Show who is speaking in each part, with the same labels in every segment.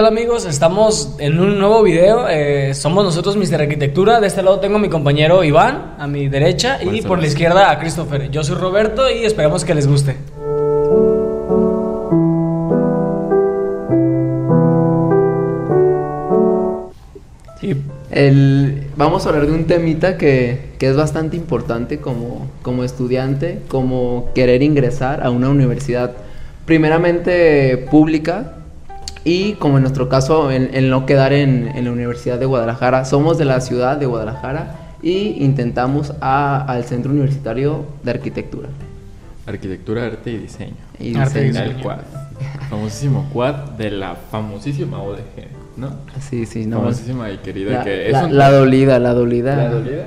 Speaker 1: Hola amigos, estamos en un nuevo video. eh, somos nosotros Mr. Arquitectura. De este lado tengo a mi compañero Iván, a mi derecha, y
Speaker 2: Buenas
Speaker 1: por la
Speaker 2: tardes.
Speaker 1: izquierda a Christopher. Yo soy Roberto y esperamos que les guste.
Speaker 3: El, vamos a hablar de un temita que, que es bastante importante como, como estudiante, como querer ingresar a una universidad primeramente pública y como en nuestro caso en, en no quedar en, en la Universidad de Guadalajara. Somos de la ciudad de Guadalajara y intentamos a- al Centro Universitario de Arquitectura.
Speaker 2: Arquitectura, arte y diseño.
Speaker 3: Y
Speaker 1: Arte y
Speaker 3: diseño.
Speaker 1: diseño.
Speaker 2: El quad. Famosísimo quad de la famosísima ODG, ¿no?
Speaker 3: Sí, sí, no.
Speaker 2: famosísima y querida
Speaker 3: La,
Speaker 2: que es
Speaker 3: la-
Speaker 2: un-
Speaker 3: la dolida, la dolida.
Speaker 2: ¿La dolida?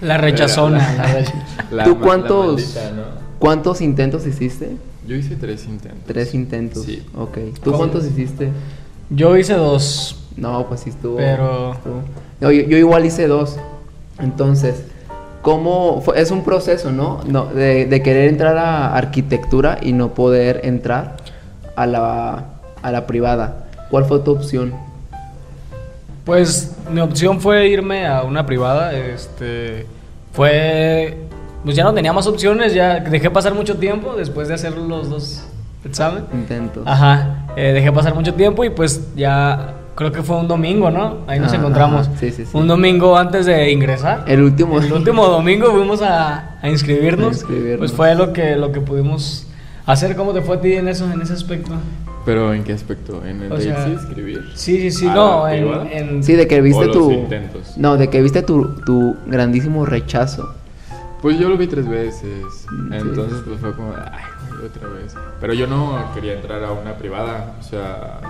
Speaker 1: La
Speaker 2: La-
Speaker 1: rechazona.
Speaker 2: la- La
Speaker 3: ¿Tú
Speaker 2: ma- la
Speaker 3: cuántos,
Speaker 2: maldita, ¿no?
Speaker 3: cuántos intentos hiciste?
Speaker 2: Yo hice tres intentos.
Speaker 3: Tres intentos.
Speaker 2: Sí.
Speaker 3: Ok. ¿Tú
Speaker 2: ¿Cómo?
Speaker 3: cuántos hiciste?
Speaker 1: Yo hice dos.
Speaker 3: No, pues sí estuvo.
Speaker 1: Pero-
Speaker 3: estuvo. No, yo, yo igual hice dos. Entonces, ¿cómo fue? Es un proceso, ¿no? no de, de querer entrar a arquitectura y no poder entrar a la, a la privada. ¿Cuál fue tu opción?
Speaker 1: Pues mi opción fue irme a una privada. Este fue pues ya no tenía más opciones, ya dejé pasar mucho tiempo después de hacer los dos exámenes.
Speaker 3: Intentos.
Speaker 1: Ajá, eh, dejé pasar mucho tiempo y pues ya creo que fue un domingo, ¿no? Ahí nos
Speaker 3: Ah,
Speaker 1: encontramos.
Speaker 3: ajá, sí, sí, sí.
Speaker 1: Un domingo antes de ingresar.
Speaker 3: El último.
Speaker 1: El último domingo fuimos a, a inscribirnos.
Speaker 3: A inscribirnos.
Speaker 1: Pues fue lo que, lo que pudimos hacer. ¿Cómo te fue a ti en, eso, en ese aspecto?
Speaker 2: ¿Pero en qué aspecto? ¿En el
Speaker 1: O
Speaker 2: de
Speaker 1: sea,
Speaker 2: irse a escribir?
Speaker 1: Sí, sí, sí,
Speaker 2: ¿A
Speaker 1: no.
Speaker 2: la
Speaker 1: En,
Speaker 2: privada?
Speaker 1: en-
Speaker 3: Sí, de que viste
Speaker 2: O los
Speaker 3: tu.
Speaker 2: intentos.
Speaker 3: No, de que viste tu, tu grandísimo rechazo.
Speaker 2: Pues yo lo vi tres veces.
Speaker 3: Mm,
Speaker 2: Entonces, pues fue como, ay, güey, otra vez. Pero yo no quería entrar a una privada. O sea,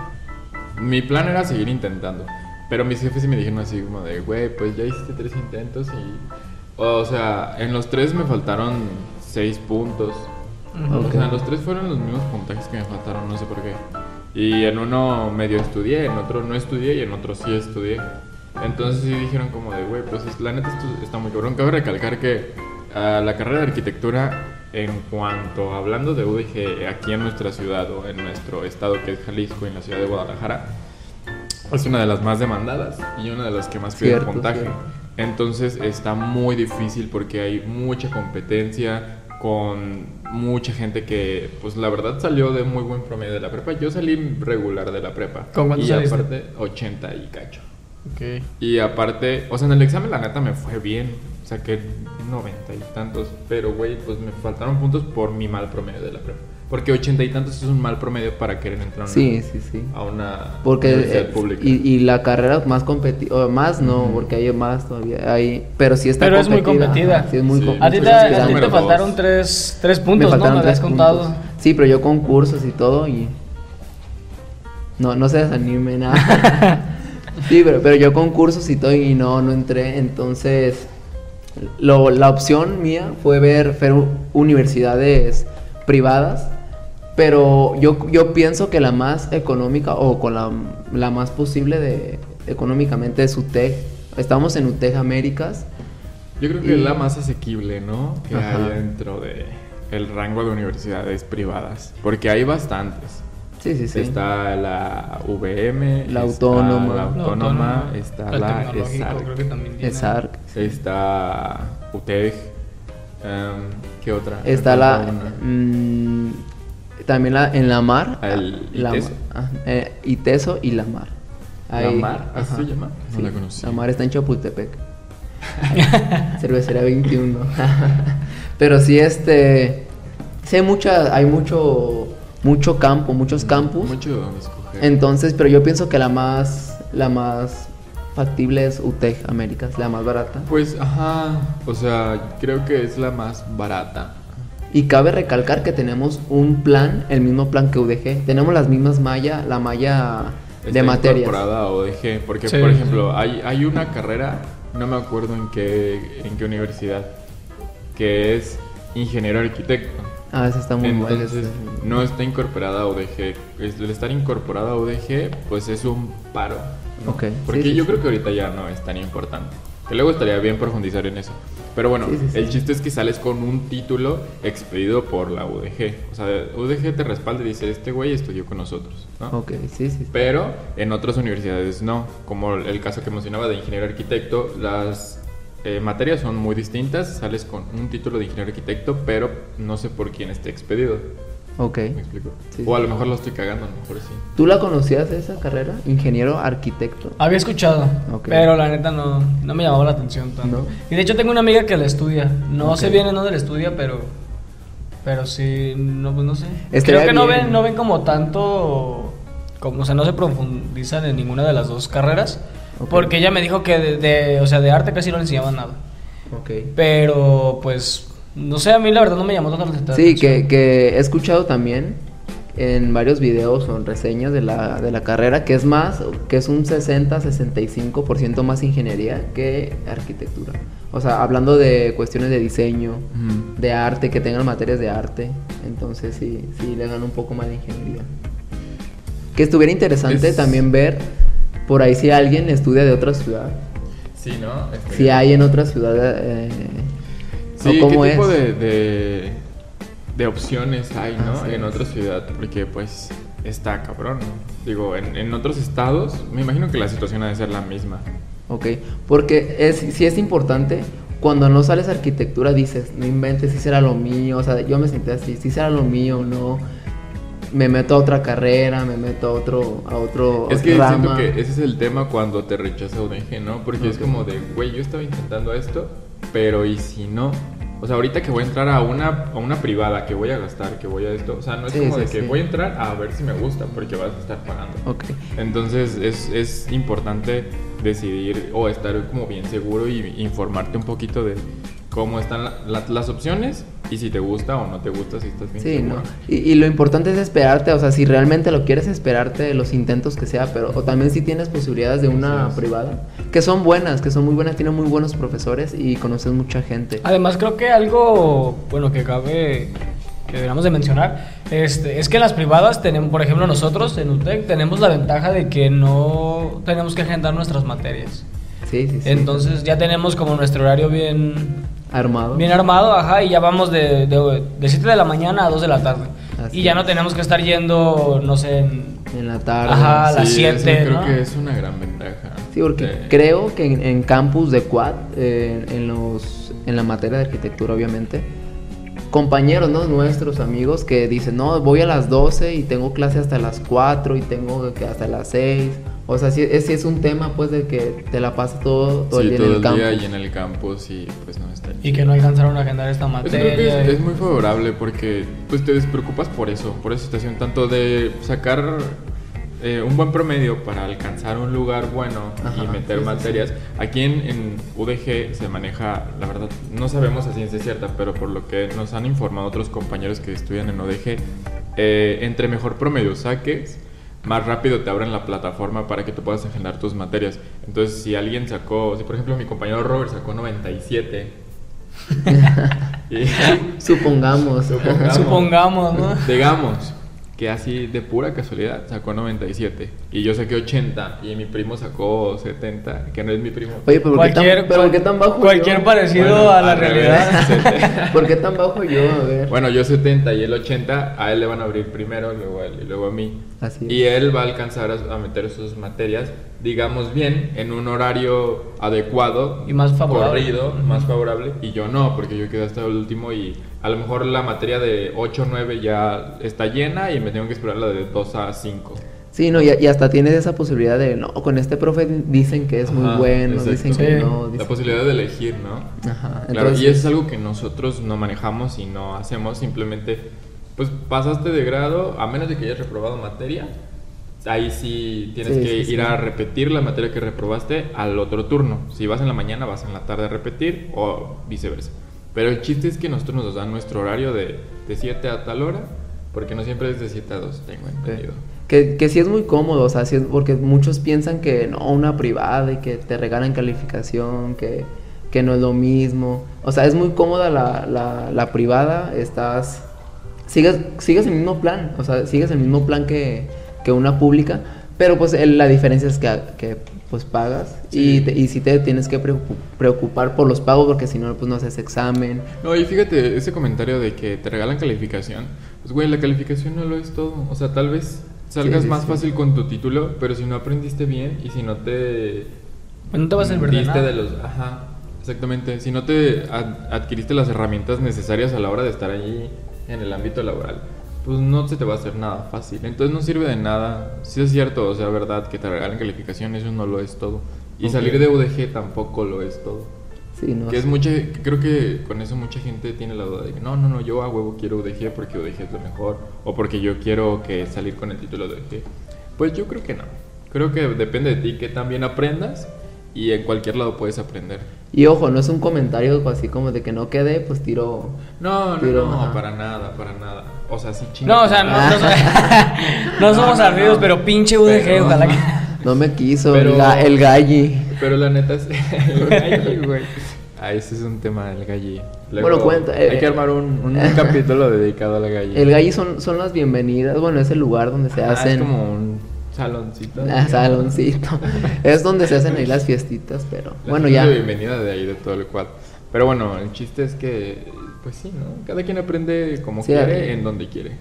Speaker 2: mi plan era seguir intentando. Pero mis jefes sí me dijeron así como de, güey, pues ya hiciste tres intentos y. O sea, en los tres me faltaron seis puntos.
Speaker 1: Ujú.
Speaker 3: Ok.
Speaker 2: O sea, los tres fueron los mismos puntajes que me faltaron, no sé por qué. Y en uno medio estudié, en otro no estudié y en otro sí estudié. Entonces sí dijeron como de, güey, pues es- la neta esto está muy cabrón. Cabe recalcar que ah, la carrera de arquitectura, en cuanto hablando de UDG aquí en nuestra ciudad o en nuestro estado que es Jalisco y en la ciudad de Guadalajara, es una de las más demandadas y una de las que más pide
Speaker 3: Cierto,
Speaker 2: puntaje.
Speaker 3: cierto.
Speaker 2: Entonces está muy difícil porque hay mucha competencia con mucha gente que, pues la verdad salió de muy buen promedio de la prepa. Yo salí regular de la prepa.
Speaker 1: ¿Con cuánto
Speaker 2: Y
Speaker 1: saliste?
Speaker 2: aparte 80 y cacho.
Speaker 1: Ok.
Speaker 2: Y aparte, o sea, en el examen la neta me fue bien. Saqué 90 y tantos, pero güey, pues me faltaron puntos por mi mal promedio de la prepa. Porque 80 y tantos es un mal promedio para querer entrar a una-
Speaker 3: Sí, sí, sí.
Speaker 2: a una
Speaker 3: Porque
Speaker 2: universidad
Speaker 3: eh,
Speaker 2: pública.
Speaker 3: y, y la carrera más competitiva, más no,
Speaker 2: Ujú.
Speaker 3: porque hay más todavía, hay, pero sí está
Speaker 1: Pero es muy competida.
Speaker 3: ajá, sí Pues es muy
Speaker 2: Sí.
Speaker 3: com-
Speaker 1: A ti
Speaker 2: Entonces,
Speaker 1: te,
Speaker 2: es que
Speaker 1: a ti
Speaker 2: número
Speaker 1: te
Speaker 2: dos.
Speaker 1: faltaron tres, tres
Speaker 3: Me
Speaker 1: puntos, ¿no?
Speaker 3: faltaron
Speaker 1: Me habías
Speaker 3: tres
Speaker 1: contado.
Speaker 3: puntos. Sí, pero yo con cursos y todo y no no se desanime nada. sí, pero, pero yo con cursos y todo y no no entré, entonces lo- la opción mía fue ver, ver u- universidades privadas, pero yo, yo pienso que la más económica o con la, la más posible de, económicamente es UTEC. Estamos en UTEC Américas.
Speaker 2: Yo creo que es
Speaker 3: Y-
Speaker 2: la más asequible, ¿no? Que hay
Speaker 3: Ajá.
Speaker 2: dentro de el rango de universidades privadas, porque hay bastantes.
Speaker 3: Sí, sí, sí.
Speaker 2: Está la VM,
Speaker 3: La
Speaker 2: está
Speaker 3: Autónoma.
Speaker 2: la autónoma,
Speaker 1: autónoma,
Speaker 2: está
Speaker 1: el
Speaker 2: la
Speaker 1: Pues tecnológico,
Speaker 2: ESARC,
Speaker 1: creo que también tiene.
Speaker 3: Es ARC.
Speaker 2: está UTEG, em, ¿qué otra? Me
Speaker 3: Está
Speaker 2: falta
Speaker 3: la.
Speaker 2: una.
Speaker 3: mm, también la, en la mar.
Speaker 2: Ah, el
Speaker 3: la-
Speaker 2: Iteso.
Speaker 3: ah, eh, Iteso y la mar.
Speaker 2: ¿La Mar? ¿Así se llama? No la conocí.
Speaker 3: La mar está en Chapultepec. Cervecería 21. Pero sí, este. Sí, hay, mucha, hay mucho, mucho campo, muchos campus.
Speaker 2: Mm, Mucho donde escoger.
Speaker 3: Entonces, pero yo pienso que la más, la más factible es UTEC Américas, la más barata.
Speaker 2: Pues, ajá, o sea, creo que es la más barata.
Speaker 3: Y cabe recalcar que tenemos un plan, el mismo plan que UDG. Tenemos las mismas mallas, la malla de
Speaker 2: está
Speaker 3: materias.
Speaker 2: incorporada a ODG, porque
Speaker 1: Sí,
Speaker 2: por
Speaker 1: sí.
Speaker 2: ejemplo, hay, hay una carrera, no me acuerdo en qué, en qué universidad, que es ingeniero arquitecto.
Speaker 3: Ah, esa está muy buena.
Speaker 2: Entonces,
Speaker 3: esa.
Speaker 2: no está incorporada a ODG. Es- El estar incorporada a ODG, pues es un paro. ¿no?
Speaker 3: Ok, sí,
Speaker 2: Porque
Speaker 3: sí,
Speaker 2: yo
Speaker 3: sí.
Speaker 2: creo que ahorita ya no es tan importante. Que luego estaría bien profundizar en eso. Pero bueno,
Speaker 3: Sí, sí, sí.
Speaker 2: el chiste es que sales con un título expedido por la UDG. O sea, UDG te respalda y dice, este güey estudió con nosotros, ¿no?
Speaker 3: Ok, sí, sí.
Speaker 2: Pero en otras universidades no, como el caso que mencionaba de ingeniero arquitecto, las eh, materias son muy distintas, sales con un título de ingeniero arquitecto, pero no sé por quién esté expedido.
Speaker 3: Ok.
Speaker 2: ¿Me explico?
Speaker 3: Sí,
Speaker 2: o a
Speaker 3: sí.
Speaker 2: lo mejor lo estoy cagando, a lo mejor sí.
Speaker 3: ¿Tú la conocías esa carrera? Ingeniero arquitecto.
Speaker 2: Ah,
Speaker 1: Había escuchado,
Speaker 3: Ok.
Speaker 1: pero la neta no, no me llamaba la atención tanto.
Speaker 3: No.
Speaker 1: Y de hecho tengo una amiga que la estudia. No
Speaker 3: Ok.
Speaker 1: sé bien en dónde la estudia, pero pero sí no pues no sé.
Speaker 3: Estaría
Speaker 1: Creo que no
Speaker 3: bien.
Speaker 1: ven no ven como tanto como o sea, no se profundizan en ninguna de las dos carreras,
Speaker 3: Ok.
Speaker 1: porque ella me dijo que de, de- o sea, de arte casi no le enseñaban nada.
Speaker 3: Ok.
Speaker 1: Pero pues no sé, a mí la verdad no me llamó tanto la atención.
Speaker 3: Sí, que, que he escuchado también en varios videos o en reseñas de la, de la carrera que es más, que es un 60-65% más ingeniería que arquitectura. O sea, hablando de cuestiones de diseño, de arte, que tengan materias de arte. Entonces sí, sí le gana un poco más de ingeniería. Que estuviera interesante
Speaker 2: Es-
Speaker 3: también ver por ahí si alguien estudia de otra ciudad.
Speaker 2: Sí, ¿no? Este-
Speaker 3: Si hay en otra ciudad... eh,
Speaker 2: Sí,
Speaker 3: o cómo
Speaker 2: ¿qué tipo
Speaker 3: es.
Speaker 2: de, de, de opciones hay, ¿no?
Speaker 3: Así
Speaker 2: en
Speaker 3: es.
Speaker 2: otra ciudad, porque pues está cabrón, ¿no? Digo, en, en otros estados, me imagino que la situación ha de ser la misma.
Speaker 3: Ok, porque es, sí es importante, cuando no sales arquitectura dices, no inventes, si será lo mío, o sea, yo me senté así, si será lo mío, no, me meto a otra carrera, me meto a otro, a otro
Speaker 2: Es que siento
Speaker 3: rama.
Speaker 2: que ese es el tema cuando te rechaza UDG, ¿no? Porque es
Speaker 3: Ok.
Speaker 2: como de, güey, yo estaba intentando esto, pero ¿y si no? O sea, ahorita que voy a entrar a una, a una privada, que voy a gastar, que voy a esto, o sea, no es
Speaker 3: Sí,
Speaker 2: como
Speaker 3: sí,
Speaker 2: de que
Speaker 3: sí.
Speaker 2: voy a entrar a ver si me gusta, porque vas a estar pagando.
Speaker 3: Ok,
Speaker 2: Entonces es, es importante decidir o estar como bien seguro y informarte un poquito de cómo están la- la- las opciones y si te gusta o no te gusta, si estás bien
Speaker 3: sí,
Speaker 2: seguro.
Speaker 3: ¿no? Y, y lo importante es esperarte, o sea, si realmente lo quieres esperarte, los intentos que sea, pero o también si tienes posibilidades de una
Speaker 2: Así es.
Speaker 3: privada, que son buenas, que son muy buenas, tienen muy buenos profesores y conoces mucha gente.
Speaker 1: Además creo que algo bueno que cabe que deberíamos de mencionar este, es que las privadas tenemos, por ejemplo nosotros en UTEC tenemos la ventaja de que no tenemos que agendar nuestras materias.
Speaker 3: Sí, sí, sí.
Speaker 1: Entonces ya tenemos como nuestro horario bien
Speaker 3: armado.
Speaker 1: bien armado, ajá, y ya vamos de, de, 7 de la mañana a 2 de la tarde.
Speaker 3: Así
Speaker 1: y ya
Speaker 3: es.
Speaker 1: no tenemos que estar yendo, no sé, en-
Speaker 3: en la tarde.
Speaker 1: Ajá, A las
Speaker 2: Sí,
Speaker 1: siete,
Speaker 2: eso creo
Speaker 1: ¿no?
Speaker 2: que es una gran ventaja.
Speaker 3: Sí, porque
Speaker 2: Eh,
Speaker 3: creo que en, en campus de Quad, eh, en, los, en la materia de arquitectura, obviamente, compañeros, ¿no? Nuestros amigos que dicen, no, voy a las 12 y tengo clase hasta las 4 y tengo que hasta las 6. O sea, sí es, sí es un tema, pues, de que te la pasas todo, todo el
Speaker 2: sí,
Speaker 3: día
Speaker 2: todo
Speaker 3: en
Speaker 2: el,
Speaker 3: el campus.
Speaker 2: día y en el campus y pues no está
Speaker 1: y que no alcanzaron a agendar esta
Speaker 2: Yo creo que
Speaker 1: materia.
Speaker 2: es, es muy favorable porque pues te despreocupas por eso, por esa situación, tanto de sacar eh, un buen promedio para alcanzar un lugar bueno
Speaker 3: Ajá,
Speaker 2: y meter
Speaker 3: sí, sí,
Speaker 2: materias. Aquí en, en UDG se maneja, la verdad, no sabemos a ciencia cierta, pero por lo que nos han informado otros compañeros que estudian en UDG, eh, entre mejor promedio saques, más rápido te abren la plataforma para que tú puedas agendar tus materias. Entonces, si alguien sacó, si por ejemplo mi compañero Robert sacó 97, y-
Speaker 3: Supongamos.
Speaker 2: Supongamos.
Speaker 1: Supongamos, ¿no?
Speaker 2: Digamos que así de pura casualidad sacó 97 y yo saqué 80 y mi primo sacó 70, que no es mi primo.
Speaker 3: Oye, pero ¿por qué tan,
Speaker 1: Cualquier-
Speaker 3: pero ¿por qué tan bajo
Speaker 1: cualquier
Speaker 3: yo?
Speaker 1: parecido- parecido a la
Speaker 2: al revés,
Speaker 1: realidad.
Speaker 3: este,
Speaker 2: 70.
Speaker 3: ¿Por qué tan bajo yo? A ver.
Speaker 2: bueno, yo 70 y él 80, a él le van a abrir primero, luego a él y luego a mí.
Speaker 3: Así
Speaker 2: Y él va a alcanzar a a meter sus materias, digamos bien, en un horario adecuado.
Speaker 1: Y más favorable.
Speaker 2: Corrido, más favorable. Y yo no, porque yo quedé hasta el último y a lo mejor la materia de 8 o 9 ya está llena y me tengo que esperar la de 2 a 5.
Speaker 3: Sí, no, y, y hasta tienes esa posibilidad de, no, con este profe dicen que es muy
Speaker 2: Ajá,
Speaker 3: bueno,
Speaker 2: exacto.
Speaker 3: dicen que
Speaker 1: Sí.
Speaker 3: no,
Speaker 2: La
Speaker 3: dicen
Speaker 2: posibilidad de elegir, ¿no?
Speaker 3: Ajá,
Speaker 2: Claro,
Speaker 3: entonces,
Speaker 2: y eso es algo que nosotros no manejamos y no hacemos, simplemente, pues pasaste de grado, a menos de que hayas reprobado materia, ahí sí tienes
Speaker 3: Sí,
Speaker 2: que
Speaker 3: sí,
Speaker 2: ir
Speaker 3: sí.
Speaker 2: a repetir la materia que reprobaste al otro turno. Si vas en la mañana, vas en la tarde a repetir o viceversa. Pero el chiste es que nosotros nos dan nuestro horario de, de 7 a tal hora, porque no siempre es de 7 a 2, tengo entendido.
Speaker 3: que, que sí es muy cómodo, o sea, sí es porque muchos piensan que no, una privada y que te regalan calificación, que, que no es lo mismo. O sea, es muy cómoda la, la, la privada, estás, sigues, sigues el mismo plan, o sea, sigues el mismo plan que, que una pública, Pero pues el- la diferencia es que, que, pues pagas y, te- y sí te tienes que preocu- preocupar por los pagos porque si no, pues no haces examen.
Speaker 2: No, y fíjate, ese comentario de que te regalan calificación, pues güey, la calificación no lo es todo. O sea, tal vez salgas
Speaker 3: Sí, sí,
Speaker 2: más
Speaker 3: sí.
Speaker 2: fácil con tu título, pero si no aprendiste bien y si no te...
Speaker 1: Pues No te vas a servir de
Speaker 2: diste
Speaker 1: nada.
Speaker 2: de los... Ajá, exactamente. Si no te ad- adquiriste las herramientas necesarias a la hora de estar allí en el ámbito laboral, pues no se te va a hacer nada fácil. Entonces no sirve de nada. Sí es cierto, o sea, verdad, que te regalen calificación, eso no lo es todo. Y
Speaker 3: Ok.
Speaker 2: salir de UDG tampoco lo es todo.
Speaker 3: Sí, no.
Speaker 2: Que es mucha, que creo que con eso mucha gente tiene la duda de que no, no, no, yo a huevo quiero UDG porque UDG es lo mejor o porque yo quiero que salir con el título de UDG. Pues yo creo que no. Creo que depende de ti que también aprendas y en cualquier lado puedes aprender.
Speaker 3: Y ojo, no es un comentario pues, así como de que no quede, pues tiro.
Speaker 2: No, no,
Speaker 3: Pero,
Speaker 2: no,
Speaker 3: ajá.
Speaker 2: para nada, para nada. O sea, sí chingas.
Speaker 1: No, o sea, no, no, so- no somos
Speaker 2: No, no,
Speaker 1: ardidos,
Speaker 2: no.
Speaker 1: pero pinche UDG,
Speaker 2: Pero,
Speaker 1: ojalá que.
Speaker 2: ajá.
Speaker 3: No me quiso
Speaker 2: Pero-
Speaker 3: el, ga- el galli.
Speaker 2: Pero la neta es. el galli, güey. Ah, ese es un tema del galli. Luego
Speaker 3: Bueno, cuenta, eh,
Speaker 2: hay que armar un, un capítulo dedicado al galli.
Speaker 3: El galli son, son las bienvenidas, bueno, es el lugar donde se
Speaker 2: Ah,
Speaker 3: hacen.
Speaker 2: Es como un saloncito.
Speaker 3: Ah, saloncito. es donde se hacen ahí las fiestitas, pero bueno, ya.
Speaker 2: La bienvenida de ahí, de todo el cual. Pero bueno, el chiste es que, pues sí, ¿no? Cada quien aprende como
Speaker 3: Sí,
Speaker 2: quiere,
Speaker 3: a-
Speaker 2: en donde quiere.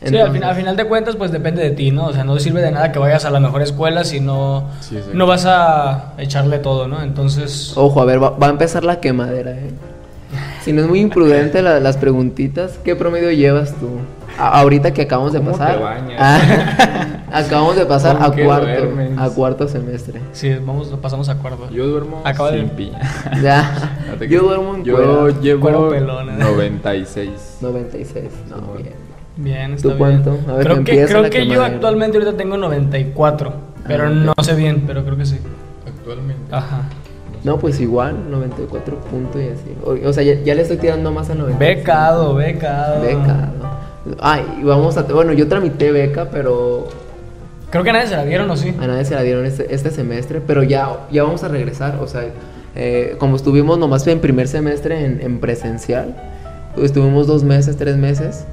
Speaker 1: Sí, al, fin-
Speaker 3: Entonces-
Speaker 1: al final de cuentas, pues depende de ti, ¿no? O sea, no sirve de nada que vayas a la mejor escuela si no,
Speaker 2: Sí, exacto.
Speaker 1: no vas a echarle todo, ¿no? Entonces,
Speaker 3: Ojo, a ver, va, va a empezar la quemadera, eh. Si no es muy imprudente la- las preguntitas, ¿qué promedio llevas tú? A- ahorita que acabamos de
Speaker 2: ¿Cómo te
Speaker 3: pasar.
Speaker 2: bañas?
Speaker 3: Ah, acabamos de pasar
Speaker 2: ¿Con
Speaker 3: a
Speaker 2: qué
Speaker 3: cuarto,
Speaker 2: duermes?
Speaker 3: a cuarto semestre.
Speaker 1: sí, vamos, pasamos a cuarto.
Speaker 2: Yo duermo
Speaker 1: Acaba de-
Speaker 2: sin piña.
Speaker 3: Ya.
Speaker 2: No te
Speaker 3: Yo
Speaker 2: creas.
Speaker 3: duermo en
Speaker 2: Yo
Speaker 3: cuero.
Speaker 2: llevo
Speaker 1: Cuero pelón, ¿eh?
Speaker 2: 96.
Speaker 3: 96. No,
Speaker 2: Simón.
Speaker 3: bien.
Speaker 1: Bien, está
Speaker 3: ¿Tú cuánto?
Speaker 1: bien.
Speaker 3: A ver,
Speaker 1: creo
Speaker 3: que
Speaker 1: que,
Speaker 3: empiece
Speaker 1: creo
Speaker 3: la
Speaker 1: que yo
Speaker 3: quemadera.
Speaker 1: actualmente ahorita tengo 94, pero
Speaker 3: Ah,
Speaker 1: no sé bien, pero creo que sí.
Speaker 2: Actualmente.
Speaker 1: Ajá.
Speaker 3: No, pues igual, 94 puntos y así. O, o sea, ya, ya le estoy tirando más a 90.
Speaker 1: Becado, becado.
Speaker 3: Becado. Ay, y vamos a. Bueno, yo tramité beca, pero
Speaker 1: Creo que a nadie se la dieron, ¿o sí?
Speaker 3: A nadie se la dieron este, este semestre, pero ya, ya vamos a regresar. O sea, eh, como estuvimos nomás en primer semestre en, en presencial, estuvimos dos meses, tres meses.